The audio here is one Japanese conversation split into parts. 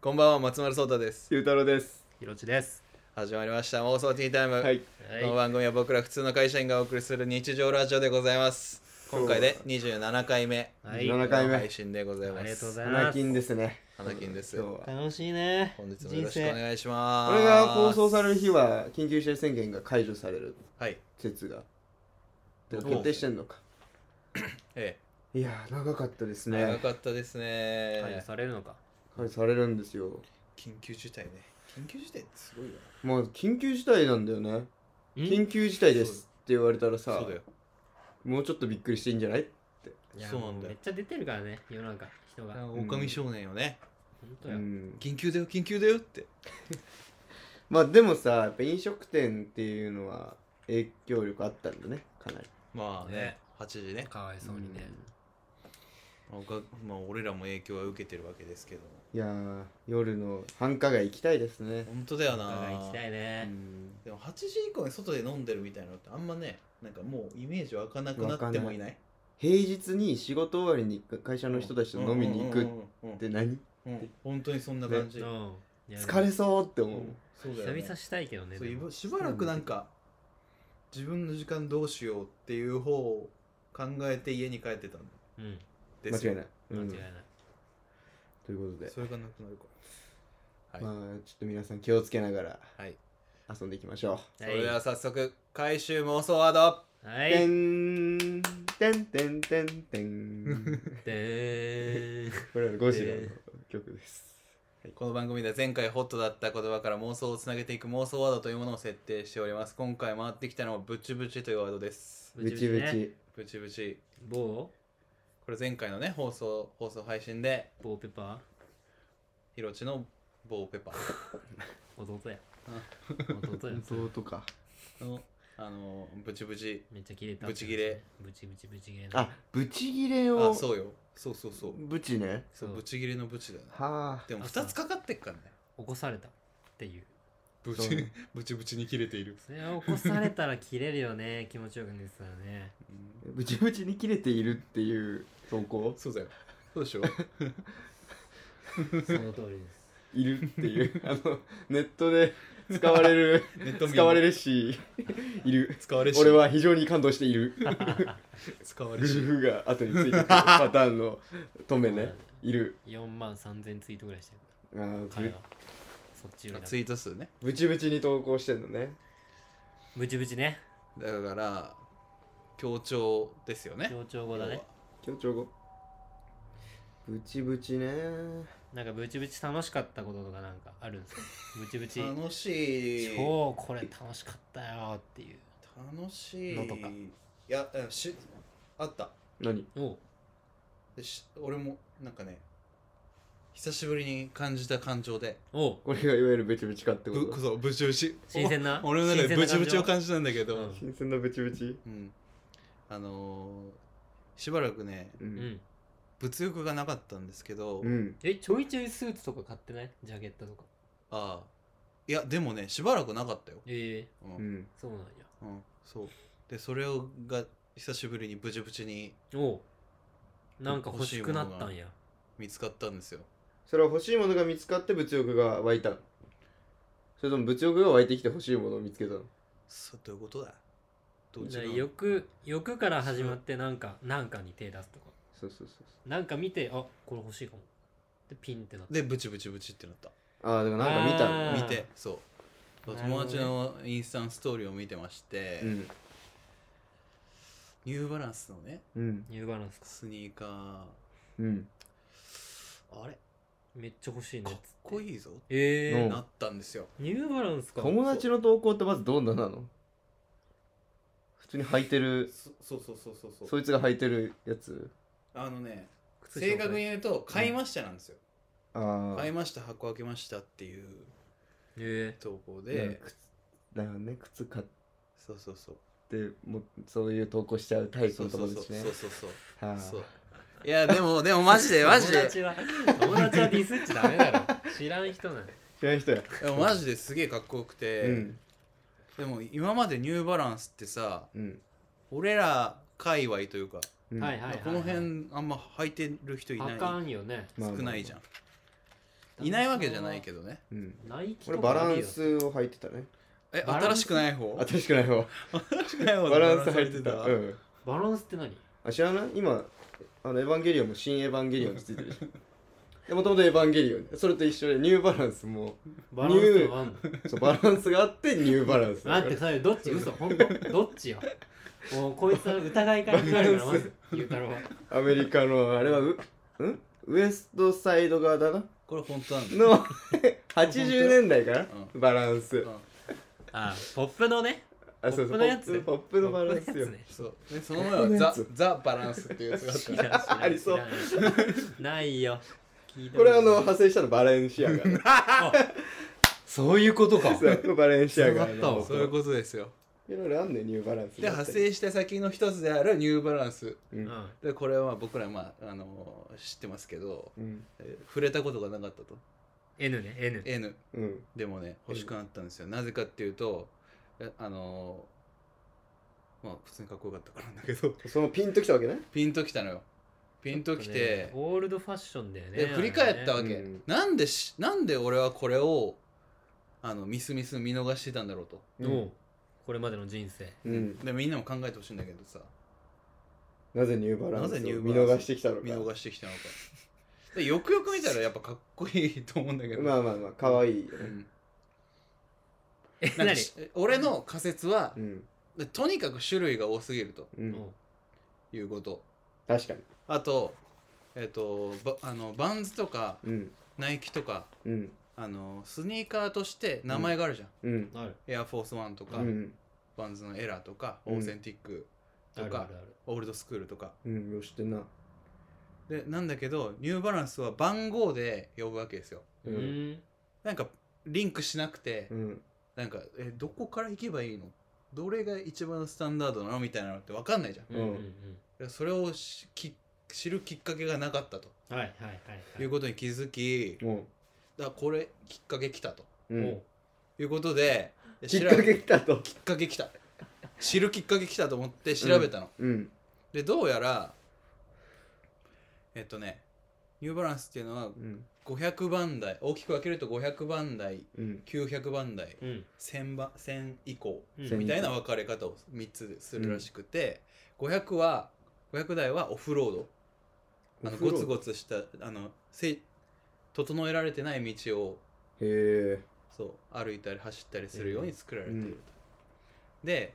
こんばんは松丸聡太ですゆうたろうです。ひろちです。始まりました妄想ティータイム、はい。この番組は僕ら普通の会社員がお送りする日常ラジオでございます今回で27回目はい。 27あ回目の配信でございますりがとうござい花ます。金ですね。花金です今日は。楽しいね。本日もよろしくお人願いしますこれが放送される日は緊急事態宣言が解除されるはい説がでもお決定してんのか。えいやー長かったですえ、長ね。かったですね生解除されるのか。解除されるんですよ。緊急事態ね緊急事態ってすごいよまあ緊急事態なんだよね。ん緊急事態ですって言われたらなさそうだ、よもうちょっとびっくりしていいんじゃない？いやそうなんだよもめっちゃ出てるからね、世の中、人が。本狼少年よね、当うよ。ん。緊急だよ緊急だよってまあでもさ、やっぱ飲食店っていうのは影響力あったんだね。かなり。まあねね8時ねかわいそうにね。まあがまあ俺らも影響は受けてるわけですけどもいやー夜の繁華街行きたいですね。本当だよおな互い行きたいうね。ん。でも8時以降に外で飲んでるみたいなのってあんまねなんかもうイメージ湧かなくなってもいない平日に仕事終わりに会社あの人たちと飲みに行くっって何本当にそんな感じ、うん。いや疲れそうって思う、そうだよ、ね、久々したいけどね。そうでいもぶしばらくなんか自分の時間どうしようっていう方を考えて家に帰ってたんうん。で間すよ違いない、う間違ん、いとないい。うことで、それがなくなるかはい、まあちょっと皆さん気をつけながらはい、遊んでいきましょそれでは早速回収妄想ワードはう、い。てはい。んてんてんてんてんでー ん。これはゴジラの曲ですこの番組では前回ホットだった言葉から妄想をつなげていく妄想ワードというものを設定しております今回回ってきたのはブチブチというワードですブチブね。チブチブチ某これ前回のね放送放送配信で某ペッパーひろちの棒ペパー弟やあ。弟や。本当とかのあのブチブチめっちゃ切れた。ブチ切れ。ブチブチブチ切れ。あ、ブチギレあをそうよそうそうそうブチねそうそうブチギレのブチだよねはでもあ2つかかってっからね起こされた。っていう。ブそうチ ブチブチに切れている、それは起こされたら切れるよね気持ちよく寝てたらねあブチブチに切れているっていう投稿そうだよそうでしょその通りですいるっていうあのネットで使われるネット民使われるしいる使われし俺は非常に感動している使わグれル しーフが後についてくるパターンの止めねいる4万3000ツイートぐらいしてるあー彼ぶはそっちよりだツイート数ねブチブチに投稿してんのねブチブチねだから協調ですよね強調語だね強調語ブチブチねなんかブチブチ楽しかったこととかなんかあるんですかブチブチ要は楽しい超これ楽しかったよっていう楽しいのとかいやうんしあった何おうでし俺もなんかね久しぶりに感じた感情でおうこれがいわゆるブチブチかってこぶとそうブチブチ新鮮なお 俺の中で新鮮ブチブな感情チを感じたんだけど、ううんん新鮮なブチブチあのー、しばらくねう、うんん物欲がなかったんですけど、うん、えちょいちょいスーツとか買ってないジャケットとかああいやでもねしばらくなかったよ、ええうんうん、そうなんやうんそうでそれをが久しぶりにブチブチにおうなんか欲しくなったんや見つかったんですよそれは欲しいものが見つかって物欲が湧いたのそれとも物欲が湧いてきて欲しいものを見つけたのそうどういうことだどうじゃあ違う欲欲から始まってなんかなんかに手出すとかそうそうそうそうなんか見てあこれ欲しいかもでピンってなってでブチブチブチってなったああでもなんか見たあのー見てそうなる友ほどね達のインスタンストーリーを見てまして、うんニューバランスのねうんニューバランスかスニーカーうんあれめっちゃ欲しいかねっっつてこいいぞっえうてんー、なったんですよニューバランスか友達の投稿ってまずどんななの普通に履いてるそそうそうそうそうそいつが履いてるやつあのね靴下正確に言うと「買いました」なんですよ、ああ買いました箱開けました」っていうえ投稿だからで靴だよね靴買っそうそうそうてもうそういう投稿しちゃうタイプそうのそう友そう達ねそうそうそうはあそういやで もでもマジでー、マジ友で達は友達はディスっちゃダメだろ知らん人なの知らん人や、でもマジですげえかっこよくて、うんでも今までニューバランスってさうん俺ら界隈というかうんはいはいはい、はい、この辺あんま履いてる人いないあかんよねまあまあ少ないじゃん、いないわけじゃないけどねうん、ない気俺バランスを履いてたねえバラ新ンスしくない方新し くない方新しくない方バランス履いてたバランス履ういんバランスって何あ知らない今あのエヴァンゲリオンも新エヴァンゲリオンってついてる でもともとエヴァンゲリオンそれと一緒でニューバランスもバランスってのがあんのそうバランスがあってニューバランスだか待っらてそれどっち嘘本当どっちよもうこいつの疑いからかるからまずゆうたろうはアメリカのあれはう、んウエストサイド側だなこれ本当なんだよの 80年代かな、うバランスうんあポップのねあポップのやつねポップポップのバランスポップのよやつねそうでその前はザ・ザ・バランスっていうや つがあった知らん知らん知らんありそうないよ聞いたこれあとのない派生したのバレンシアガーだそういうことかそうバレンシアガーそうだったわのそういうことですよいろいろあんねニューバランスで派生した先の一つであるニューバランスう、うんんでこれは僕ら、まああの知ってますけど、うんえー触れたことがなかったと N ね N N うん、でもね欲しくなったんですよなぜかっていうとえあのまあ普通にかっこよかったからなんだけどそのピンときたわけねピンときたのよピンときて、オールドファッションだよねで振り返ったわあけ、ねうんなんでしなんで俺はこれをあのミスミス見逃してたんだろうと、れねどうこれまでの人生うん、でみんなも考えてほしいんだけどさなぜニューバランスを見逃してきたのか見逃してきたのかでよくよく見たらやっぱかっこいいと思うんだけど、まあまあまあ可愛いようねんえなんか何し俺の仮説はう、んでとにかく種類が多すぎるとうん、うんいうこと確かにあとえっ、とばあのバンズとかうんナイキとかうんあのスニーカーとして名前があるじゃん、うんあるエアフォースワンとか、うんバンズのエラーとかうんオーセンティックあとるあか、るあるオールドスクールとかうんよしてんなでなんだけどニューバランスは番号で呼ぶわけですよううーんなんかリンクしなくて、うんなんかえどこから行けばいいのどれが一番スタンダードなのみたいなのって分かんないじゃんうんうんうんでそれをしき知るきっかけがなかったとうんはいはいはいはいいうことに気づきもだからこれきっかけ来たとう、うもん、ういうことできっ調かべけ来たときっかけ来た知るきっかけ来たと思って調べたの、うんでどうやらえっとねニューバランスっていうのはうん500番台大きく分けると500番台うん900番台うん1000番1000以降うん千みたいな分かれ方を3つするらしくて、500は500台はオフロードあのゴツゴツしたあのせい整えられてない道をへえそう歩いたり走ったりするように作られていると、で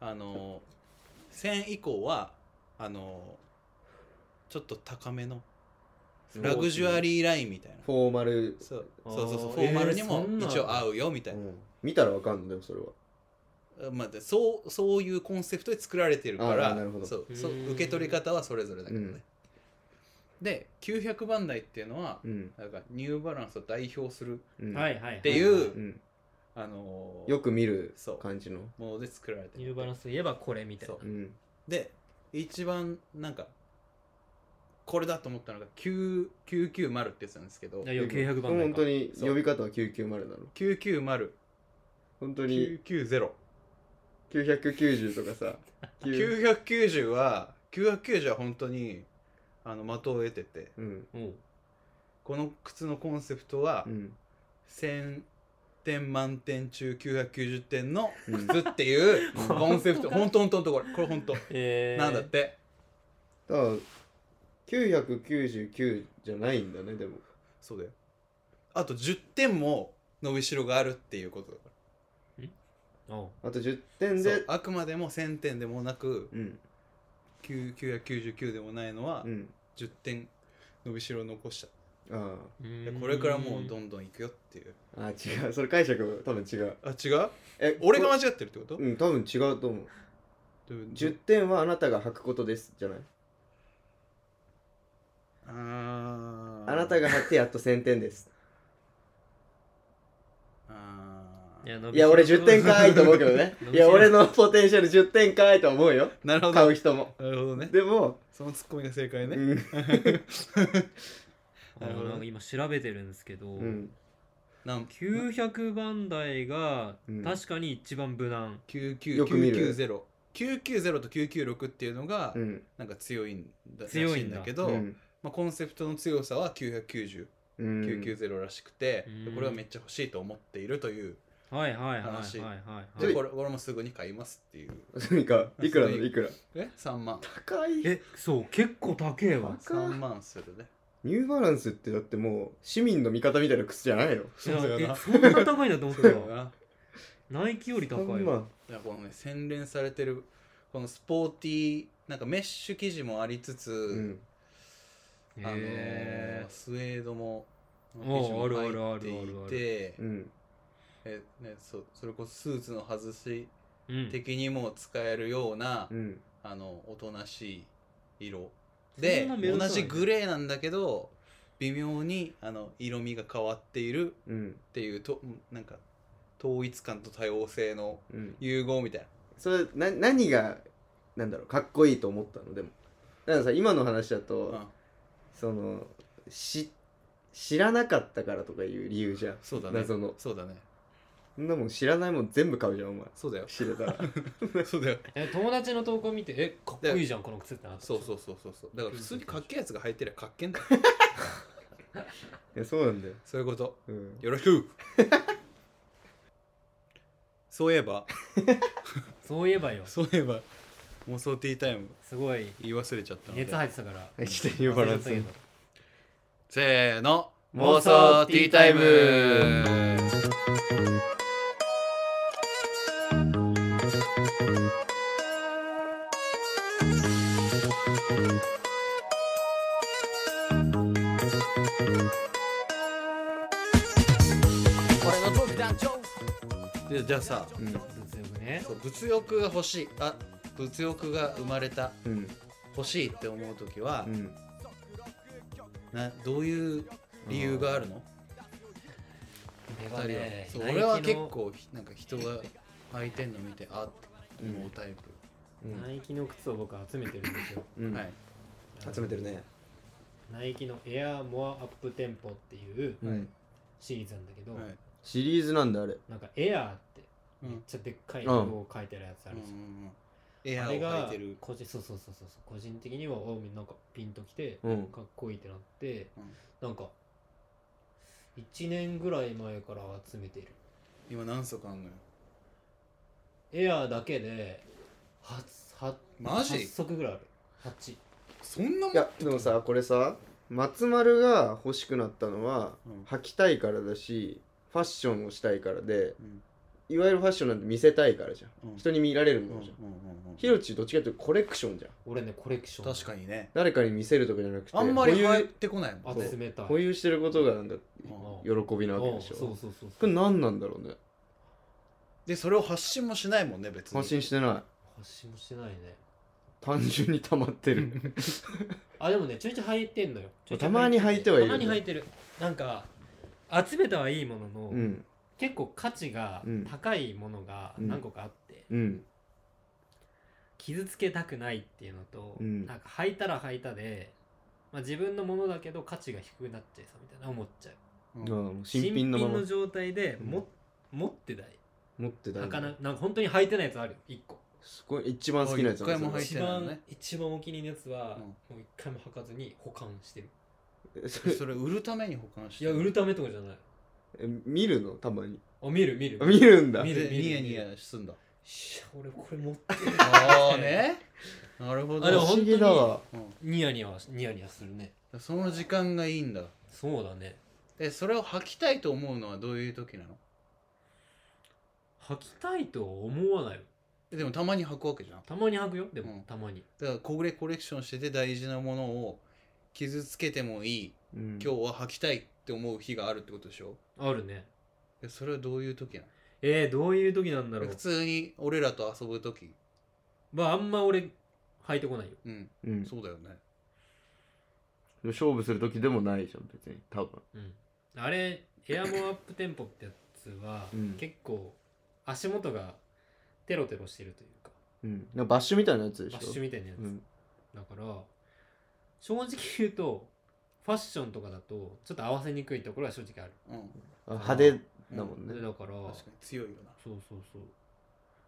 あの1000以降はあのちょっと高めのラグジュアリーラインみたいなフォーマル、そうそうそうそうあーフォーマルにえーもそんなの一応合うよみたういな、ん、見たらわかんのでもそれはまあ、でそうそういうコンセプトで作られてるからあーなるほどそうそううん受け取り方はそれぞれだけどね、で900番台っていうのは、うんなんかニューバランスを代表する、うんはいはいはいっていううん、あのーよく見るそう感じのもので作られてニューバランスといえばこれみたいなそううんで一番なんかこれだと思ったのが9 990ってやつなんですけどいやいや900番本当台かにそう呼び方は990なの990990本当に990と かさ9 990は990は本当にあの的を得ててうんおうこの靴のコンセプトは、うん1000点満点中990点のうん靴っていうコンセ プト本当本当本当これこれ本当えーなんだってだから999じゃないんだねでもそうだよあと10点も伸びしろがあるっていうことだかおうあと10点らそうであくまでも1000点でもなくうん9 999でもないのはうん10点伸びしろを残したあでこれからもうどんんどんいくよっていうああ違うそれ解釈多分違うあ違うえ俺が間違ってるってことうん多分違うと思うどういう10点はあなたが履くことですじゃないあーあなたが履ってやっと1000点ですあーや伸びいや俺しろ10点か ーいと思うけどね伸いびしろや俺のポテンシャル10点かーいと思うよなるほ買どう人もなるほどねでも、そのツッコミが正解ねうんあのなんか今調べてるんですけど、うん なん900番台がうん確かに一番無難、よく見る99990 990と996っていうのがうんなんか強いんだらし強いいんんだだけうど、んまあ、コンセプトの強さは990うん990らしくて、うんこれはめっちゃ欲しいと思っているという、はいはいはいはい話はいではいこれこれもすぐに買いますっていう何かいくらなのいくらえ3万高いえそう結構高えわ3万するねニューバランスってだってもう市民の味方みたいな靴じゃないのそうだよなえそんな高いんだ と思ってただよわなナイキより高い3わ万いやこのね洗練されてるこのスポーティーなんかメッシュ生地もありつつ、うんあのーへスウェードも生地おうもある入あっるあるあるあるていてうんえ、ね、そそれこそスーツの外しえうん的にも使えるような、うんあのおとなしい色そでんな目同立たないじグレーなんだけど微妙にあの色味が変わっているうんっていうとなんか統一感と多様性のうん融合みたいなそれな何がなんだろうかっこいいと思ったのでもだからさ今の話だと、うんそのし知らなかったからとかいう理由じゃんそうだね謎のそうだねそんなもん知らないもん全部買うじゃんお前そうだよ 知れたら そうだよえ友達の投稿見てえかっこいいじゃんこの靴ってなったそうそうそうそうそうだから普通にかっけえやつが履いてりゃかっけえんだよいやそうなんだよ、そういうことうん、よろし くそういえばそういえばよそういえば妄想ティータイムすごい言い忘れちゃったので熱入ってたからちょっとニューバランス忘れてたけどせーの妄想ティータイムでじゃあさ物欲ねそう物欲が欲しいあ物欲が生まれたうんうん欲しいって思う時はう、んなどういう理由があるの二俺は人はねそうナイキ俺のは結構ひなんか人が履いてんの見てあって思うタイプ、うんナイキの靴を僕集めてるんですよ うんはい集めてるねナイキのエアーモアアップテンポっていううんシリーズなんだけど、はいシリーズなんだあれなんかエアーってうめんっちゃでっかいロゴを書いてるやつあうんるうんじゃんうんエアあーれをが履いてる個人そうそうそうそうそう個人的にはおなんかピンときて、うんかっこいいってなって、なんか1年ぐらい前から集めてる今何足あんのよエアーだけで 8, マジ足ぐらいある8そんなもんいやでもさこれさ松丸が欲しくなったのは、うん履きたいからだしファッションをしたいからでうんいわゆるファッションなんて見せたいからじゃん、うん人に見られるうんうもんのじゃん、うんうんひろちどっちかというとコレクションじゃん俺ねコレクション確かにね誰かに見せるとかじゃなくてあんまり保有履いてこないもんね集めたい保有してることがなんかうん喜びなわけでしょうんそうそうそうこそうれ何なんだろうねでそれを発信もしないもんね別に発信してない発信もしてないね単純に溜まってるあでもねちょいちょい履いてんのよちょいちょいたまに履いてはいるたまに履いてるなんか集めたはいいものの、うん結構価値がうん高いものが何個かあって、うん傷つけたくないっていうのと、うんなんか履いたら履いたで、まあ、自分のものだけど価値が低くなっちゃいそうみたいな思っちゃううんああもう新品のまま状態でうんも、持ってない持ってた履んだかななんか本当に履いてないやつあるよ一個すごい一番好きなやつなん一回もで履い一てないの番、ね一番お気に入りのやつは、うんもう一回も履かずに保管してるすでよそれ売るために保管しいてや売るためとかじゃない え見るのたまにあ見る見る見るんだ見るでるニヤニヤすんだし俺これ持ってるああね なるほどあでも不思議だわうんニヤニヤはニヤニヤするねその時間がいいんだそうだねえそれを履きたいと思うのはどういう時なの履きたいとは思わないよえでもたまに履くわけじゃんたまに履くよでも、うんたまにだからこれコレクションしてて大事なものを傷つけてもいい今今日は履きたいって思う日があるってことでしょあるねえそれはどういう時なえー、どういう時なんだろのう普通に俺らと遊ぶ時まああんま俺履いてこないようんうんそうだよね勝負する時でもないじゃん別に多分うんあれエアモアップテンポってやつは、うん結構足元がテロテロしてるというかうんなんかバッシュみたいなやつでしょバッシュみたいなやつ、うんだから正直言うとファッションとかだとちょっと合わせにくいところは正直ある、うんあ派手だもうんねだか確からに強いよなそうそうそう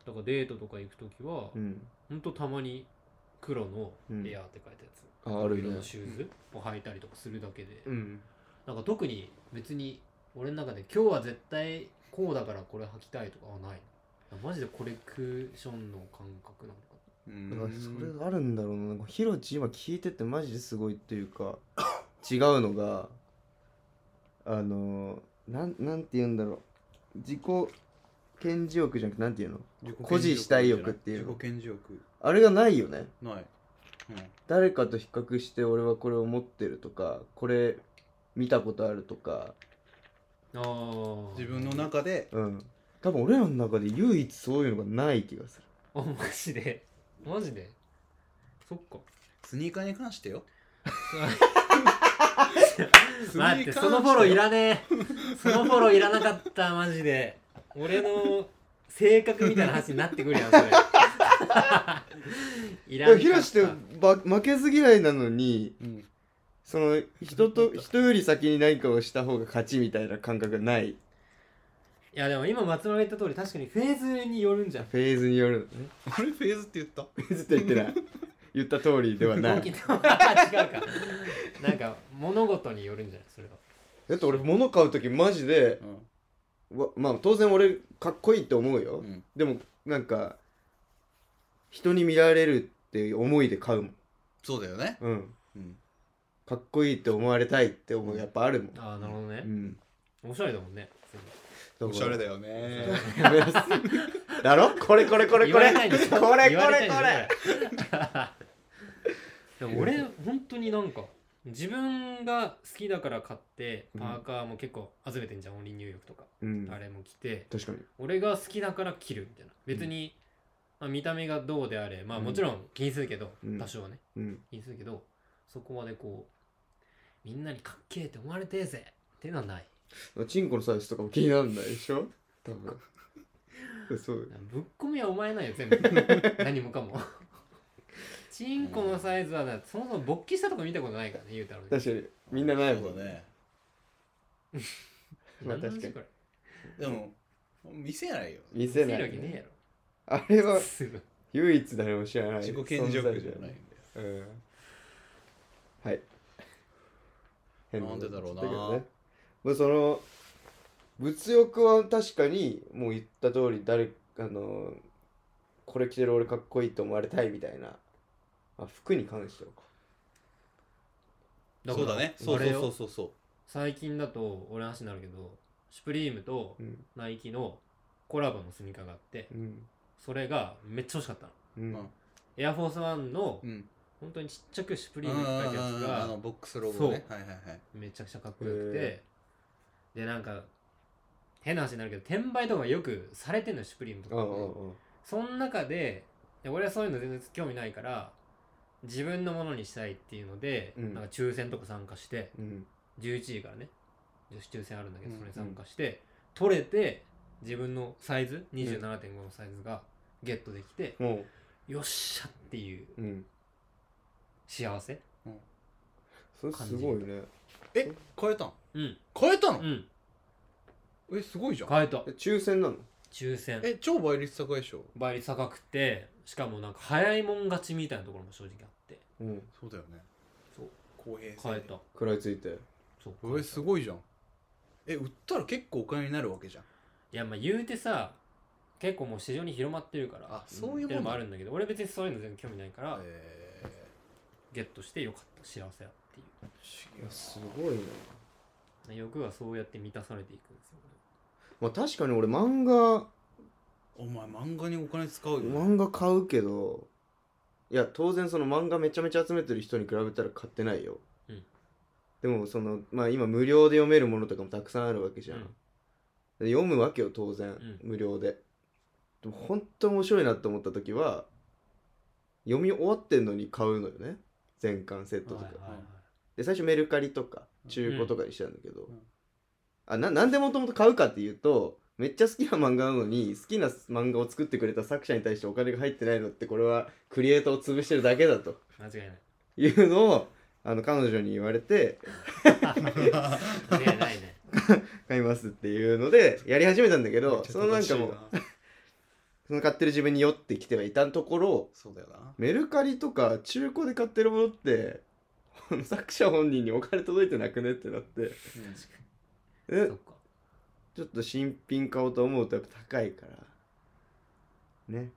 だからデートとか行く時は、うんほんとたまに黒のエアーって書いたやつ、あある色ねのシューズを履いたりとかするだけで、うんなんか特に別に俺の中で今日は絶対こうだからこれ履きたいとかはないマジでコレクションの感覚なのかうんだからそれがあるんだろうななんかヒロチ今聞いててマジですごいっていう か違うのがあのなんなんて言うんだろう自己顕示欲じゃなくてなんて言うの自己顕示欲誇示したい欲っていうの自己顕示欲あれがないよねない、うん、誰かと比較して俺はこれを持ってるとかこれ見たことあるとかなあ自分の中でうん多分俺らの中で唯一そういうのがない気がするあマジでマジでそっかスニーカーに関してよスニーカーに待関しっててそのフォローいらねえそのフォローいらなかったマジで俺の性格みたいな話になってくるやん それいらんかったヒロシってば負けず嫌いなのにうんその人と人より先に何かをした方が勝ちみたいな感覚がないいやでも今松丸が言った通り確かにフェーズによるんじゃんフェーズによるのねあれフェーズって言ったフェーズって言って ない言った通りではな大きいな 違うかなんか物事によるんじゃないそれはだって俺物買う時マジでうわまあ当然俺かっこいいって思うよ、ん、うん、でもなんか人に見られるって思いで買うもん、そうだよね、うん、うん、かっこいいって思われたいって思うやっぱあるもん、ああなるほどねう、ん、おしゃれだもんねからおしゃれだよねやめなさいだろこれこれこれこれ言われたいんでしょこれ言わたいんでしょこれこれでも俺本当になんか自分が好きだから買ってうんパーカーも結構集めてんじゃん、オンリーニューヨークとか、うんあれも着て確かに俺が好きだから着るみたいな別に、まあ、見た目がどうであれまあうんもちろん気にするけど、うん多少はねうん気にするけどそこまでこうみんなにかっけえって思われてえぜっていうのはないチンコのサイズとかも気にならないでしょ多分 そうぶっ込みはお前なんよ全部 何もかもチンコのサイズはなそもそも勃起したとこ見たことないからね言うたら俺確かにみんなないもそうんだねまあ確何の話こでれも見せないよ見せ見せなるわいけねえやあれろはすぐ唯一誰も知らない自己顕示欲じゃないんだよ存在だよねうんはい変なんでだろうなこと言ったけどねまあその物欲は確かにもう言った通り誰あのこれ着てる俺かっこいいと思われたいみたいなあ服に関してはかそうだねそうそうそうそうそう最近だと俺の話になるけどシュプリームとうんナイキのコラボのスニーカーがあってうんそそれがめっちゃ欲しかったうのんうんエアフォースワンのうん本当にちっちゃくシュプうリんうーんムうって書いたやんつあがのボックスロゴねはいはいはいめちゃくちゃかっこよくへてでなんか変な話になるけど転売とかよくされてんのシュプリームとうんうかんうんその中でいや俺はそういうの全然興味ないから自分のものにしたいっていうので、うんなんか抽選とか参加してうん11位からね女子抽選あるんだけどうんそれに参加して、取れて自分のサイズ27.5のサイズがゲットできて、もよっしゃっていうう、うん、幸せそれすごいね。え変えたんうん変えたのうんえすごいじゃん変えたえ抽選なの抽選え超倍率高いでしょ倍率高くてしかもなんか早いもん勝ちみたいなところも正直あってうん。そうだよねそう公平性変えた食らいついて。そうえ変えたすごいじゃんえ売ったら結構お金になるわけじゃんいやまあ言うてさ結構もう市場に広まってるからあそういうってのもんもあだるんだけど俺別にそういうの全然興味ないから、えゲットしてよかった幸せやっていーいや、すごいね。う欲がそうやって満たされていくんですよまあ確かに俺漫画、お前漫画にお金使うよね漫画買うけど、いや、当然その漫画めちゃめちゃ集めてる人に比べたら買ってないよ。うんでもその、まあ今無料で読めるものとかもたくさんあるわけじゃん。うんで読むわけよ、当然。ん無料で。でも本当面白いなって思った時は、読み終わってんのに買うのよね。全巻セットとはいか。はいはいで最初メルカリとかうん中古とかにしたんだけど、うんあななんでもともと買うかっていうとめっちゃ好きな漫画なのに好きな漫画を作ってくれた作者に対してお金が入ってないのってこれはクリエイターを潰してるだけだと間違いないいうのをあの彼女に言われて 間違いないね買いますっていうのでやり始めたんだけ どそのなんかもううその買ってる自分に酔ってきてはいたところそうだよなメルカリとか中古で買ってるものって 作者本人にお金届いてなくねってなってえそっかちょっと新品買おうと思うとやっぱ高いからね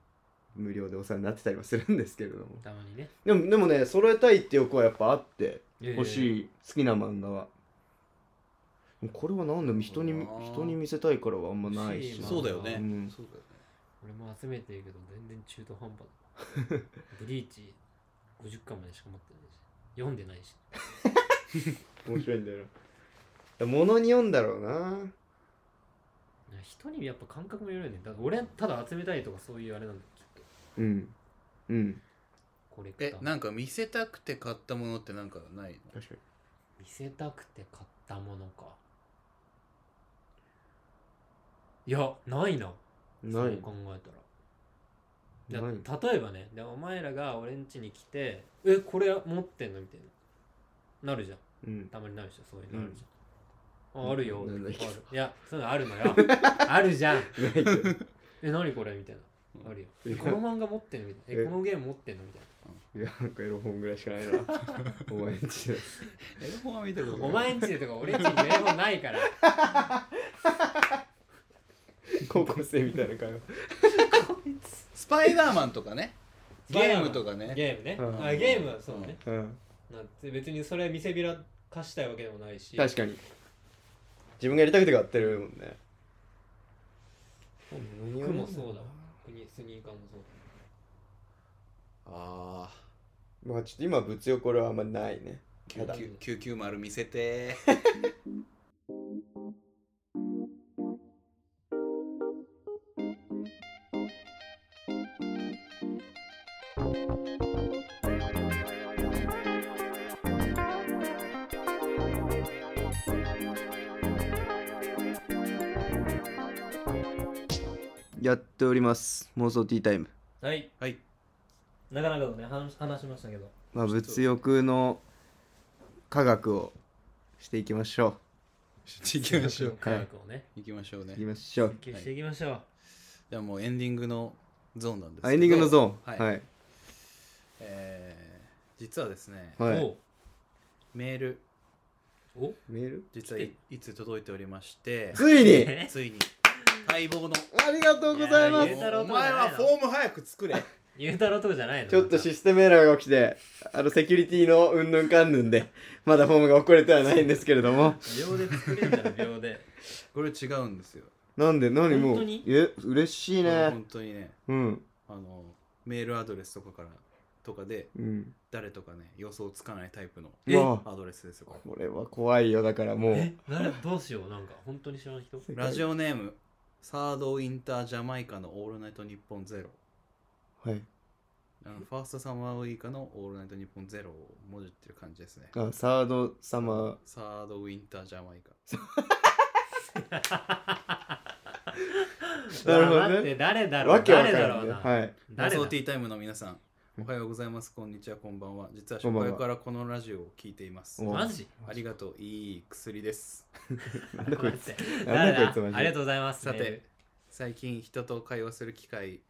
無料でお世話になってたりはするんですけれどもたまに ねでもでもね揃えたいって欲はやっぱあって欲い、しい好きな漫画はこれは何でも人にそうだな人に見せたいからはあんまないし欲しいなそうだよね、うんそうだよね俺も集めてるけど全然中途半端 だブリーチ50巻までしか持ってないし読んでないし面白いんだよな物に読んだろうな人にやっぱ感覚もよるよねだから俺はただ集めたいとかそういうあれなんだよきっとうんうんコレクえターなんか見せたくて買ったものってなんかないの確か見せたくて買ったものかいやないなになそうい考えたらなだい例えばねでお前らが俺ん家に来て「えこれ持ってんの?」みたいななるじゃんうんたまになるでしょそういうのあるじゃん、ああるよななんだっけあるいやそういうのあるのよあるじゃんないけどえ何これみたいなあるよえこの漫画持ってんのみたいなええこのゲーム持ってんのみたいいやなんかエロ本ぐらいしかないなお前んちだエロ本は見たことなお前ん家でとか俺ん家にエロ本ないから高校生みたいな感スパイダーマンとかねゲームとかねゲームね、うんあゲームはそうね、じ、うん、な別にそれ見せびらかしたいわけでもないし確かに自分がやりたくて買ってるもんね服もそうだわスニスニーカーもそうあまあちょっと今物欲これはあんまないねあ990見せてやっております妄想ティータイムだはいはいなかなかとね話話しましたけどまあ物欲の科学をしていきましょ行きましょ う科学をね行きましょううねいきましょう研究していきましょう、じゃあもうエンディングのゾーンなんですけどあエンディングのゾーンはい、はいえー実はですね、はい、おうメールおメール実はいいつ届いておりましてついについに待望のありがとうございまいすやおー太郎とかじ前ゃなはいのフォーム早く作れゆうたろうとかじゃないのちょっとシステムエラーが起きてあのセキュリティのうんぬんかんぬんでまだフォームが遅れてはないんですけれども秒で作れるんじゃない秒 でこれ違うんですよなんで何も本当うにえ嬉しいこれね本当にねうんあのメールアドレスとかからとかでうん誰とかね予想つかないタイプのえうわアドレスですよこれこれは怖いよだからもうえなるどうしようなんか本当に知らな い人ラジオオネームサードインタージャマイカのオールナイトニッポンゼロはいあのファーストサマーウイカのオールナイトニッポンゼロをもじってる感じですねあサードサマーサードウィンタージャマイカなるほどねうわ待って誰だろわうけわか誰んだなろいうねな、はい妄誰だ想ティータイムの皆さんおはようございますこんにちはこんばんは実はこん初ばん回はからこのラジオを聞いていますおマジありがとういい薬ですなんだこいつ待ってなん誰だこいだつマジでありがとうございますさメールて最近人と会話する機会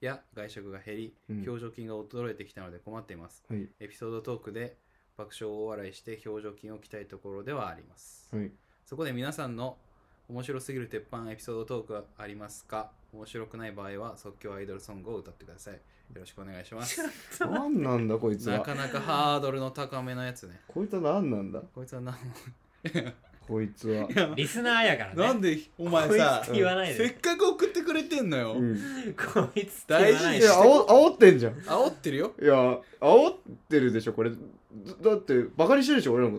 や外食が減り、うん表情筋が衰えてきたので困っていますはいエピソードトークで爆笑を笑いして表情筋を鍛えるところではあります、 はいそこで皆さんの面白すぎる鉄板エピソードトークはありますか面白くない場合は即興アイドルソングを歌ってくださいよろしくお願いしますなんなんだこいつなはかなかハードルの高めのやつねこいつはなんなんだこいつはなこいつ はリスナーやからねなんでお前こいさつって言わないせでっかく送ってくれてんのよ、うんいこいつって言わな大いで事やあお煽ってんじゃん煽ってるよいや煽ってるでしょこれだだってバカにしてるでしょ俺のこ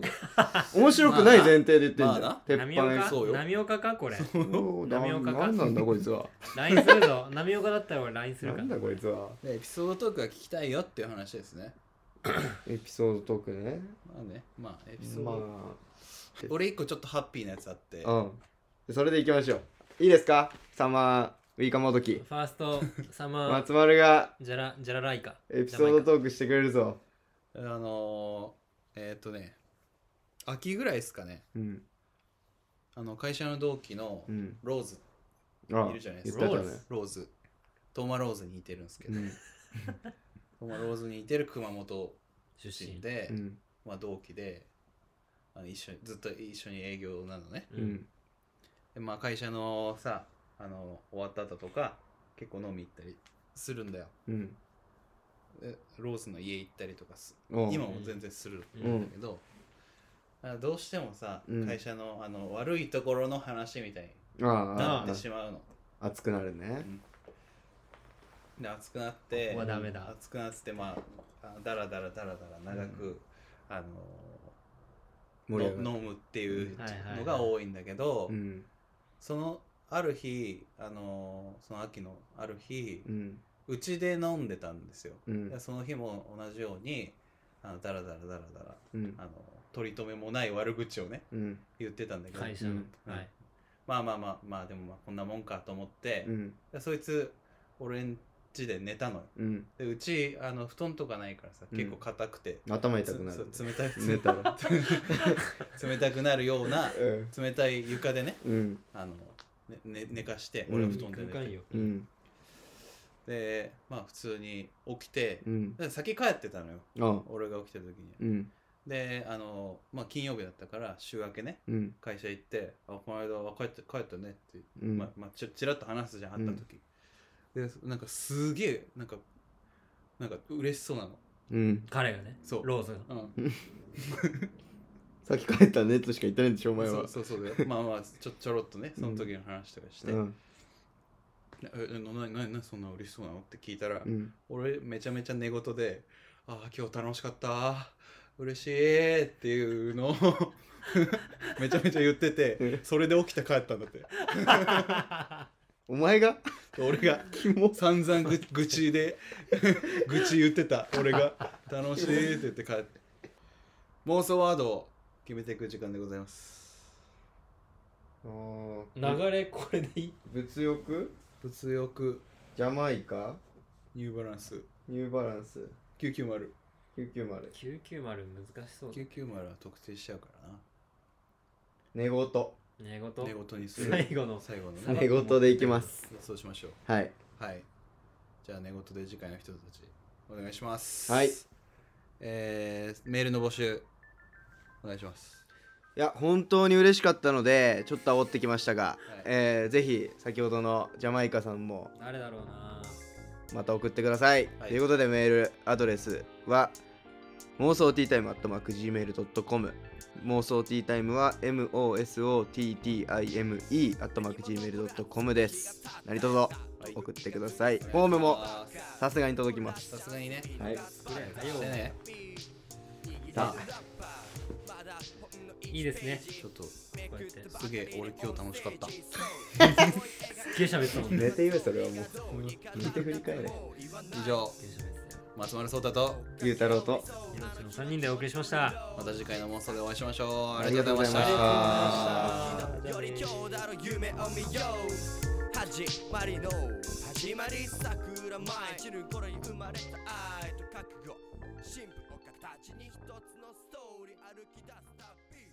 と 面白くない前提で言ってんじゃん、まあな鉄波岡板そうよ波岡かこれそうだ波岡かなんなんだこいつ は LINE するぞ波岡だったら俺 LINE すなるからんだこいつはでエピソードトークが聞きたいよっていう話ですねエピソードトークねまあねまあエピソード、ま俺一個ちょっとハッピーなやつあってあうんそれでいきましょういいですかサマーウイカもどきファーストサマー松丸がジャラジャラライカエピソードトークしてくれるぞあのー、えっ、とね秋ぐらいですかねうんあの会社の同期のうんローズ、あいるじゃないで言すっかてたロねーズローズトーマローズに似てるんですけうど、トんーマローズに似てる熊本出出身身で、うんまあ、同期であの一緒にずっと一緒に営業なのねう、んでまあ、会社のさあの終わった後とか結構飲み行ったりするんだようんでロースの家行ったりとかすおう今も全然するうんんだけど、あどうしてもさ、うん会社のあの悪いところの話みたいになあってしまうの、あ熱くなるねで熱くなってここはダメだ熱くなってまああだらだらだらだら長く、あの盛り上がのる飲むっていうはいはいはいのが多いんだけど、うんそのある日あのその秋のある日うんうち、で飲んでたんですよ、うんでその日も同じようにあのだらだらだらだらうんあの取り留めもない悪口をねうん言ってたんだけど、会社の、うんはいまあまあまあまあでもまあこんなもんかと思って、うんでそいつ俺ん家で寝たのようんでうちあの布団とかないからさうん結構硬くて、頭痛つくなるそう冷たい 寝たら 冷たくなるようなうん冷たい床でねうんあのねね寝かしてうん俺は布団で寝て、空間よ、うんでまあ普通に起きてう、んで先帰ってたのよあ俺が起きた時にうんであのまあ金曜日だったから週明けねうん会社行って「あこの間あ帰って帰ったね」ってうんまあまあ、ちょちらっと話すじゃん会った時、でなんかすげえなんかなんか嬉しそうなのうん彼がねそうローズうがんさっき帰ったねとしか言ってないんでしょお前はそうそうそうだよまあまあちょちょろっとねその時の話とかして「うんなえななななそんな嬉しそうなの?」って聞いたら、うん俺めちゃめちゃ寝言で「ああ今日楽しかった嬉しい」っていうのを めちゃめちゃ言っててそれで起きて帰ったんだってで お前が俺がキモ散々ぐ愚痴で 愚痴言ってた俺が「楽しい」って言って帰って妄想ワードを決めていく時間でございます流れこれでいい物欲物欲ジャマイカニューバランスニューバランス990 990 990難しそうだ990は特定しちゃうからな寝言寝寝言言にする最後の最後の最ね後寝言でいきますそうしましょうはいはい。じゃあ寝言で次回の人たちお願いします。はい。えー、メールの募集お願いします。いや本当に嬉しかったのでちょっと煽ってきましたはいが、えーぜひ先ほどのジャマイカさんも誰だろうなまた送ってください、はいということでメールアドレスは妄想ティータイム Gmail.com 妄想ティータイムは MOSOTTIME Gmail.com です何卒はい送ってくださいフォームもあーさすがに届きますさすがにね。はいしてね。さいいですねちょっとこうやってすすげえ俺今日楽しかった。っげえ喋ったもんね寝て言えそれはもう寝て振り返れ以上すっげえ喋ってたよ松丸聡太とゆうたろうと命の3人でお送りしましたまた次回の妄想でお会いしましょう。ありがとうございまし。ありがとうございましたより強打の夢を見よう始まりの始まり桜舞い散る頃に生まれた愛と覚悟新聞を形に一つのストーリー歩き出す旅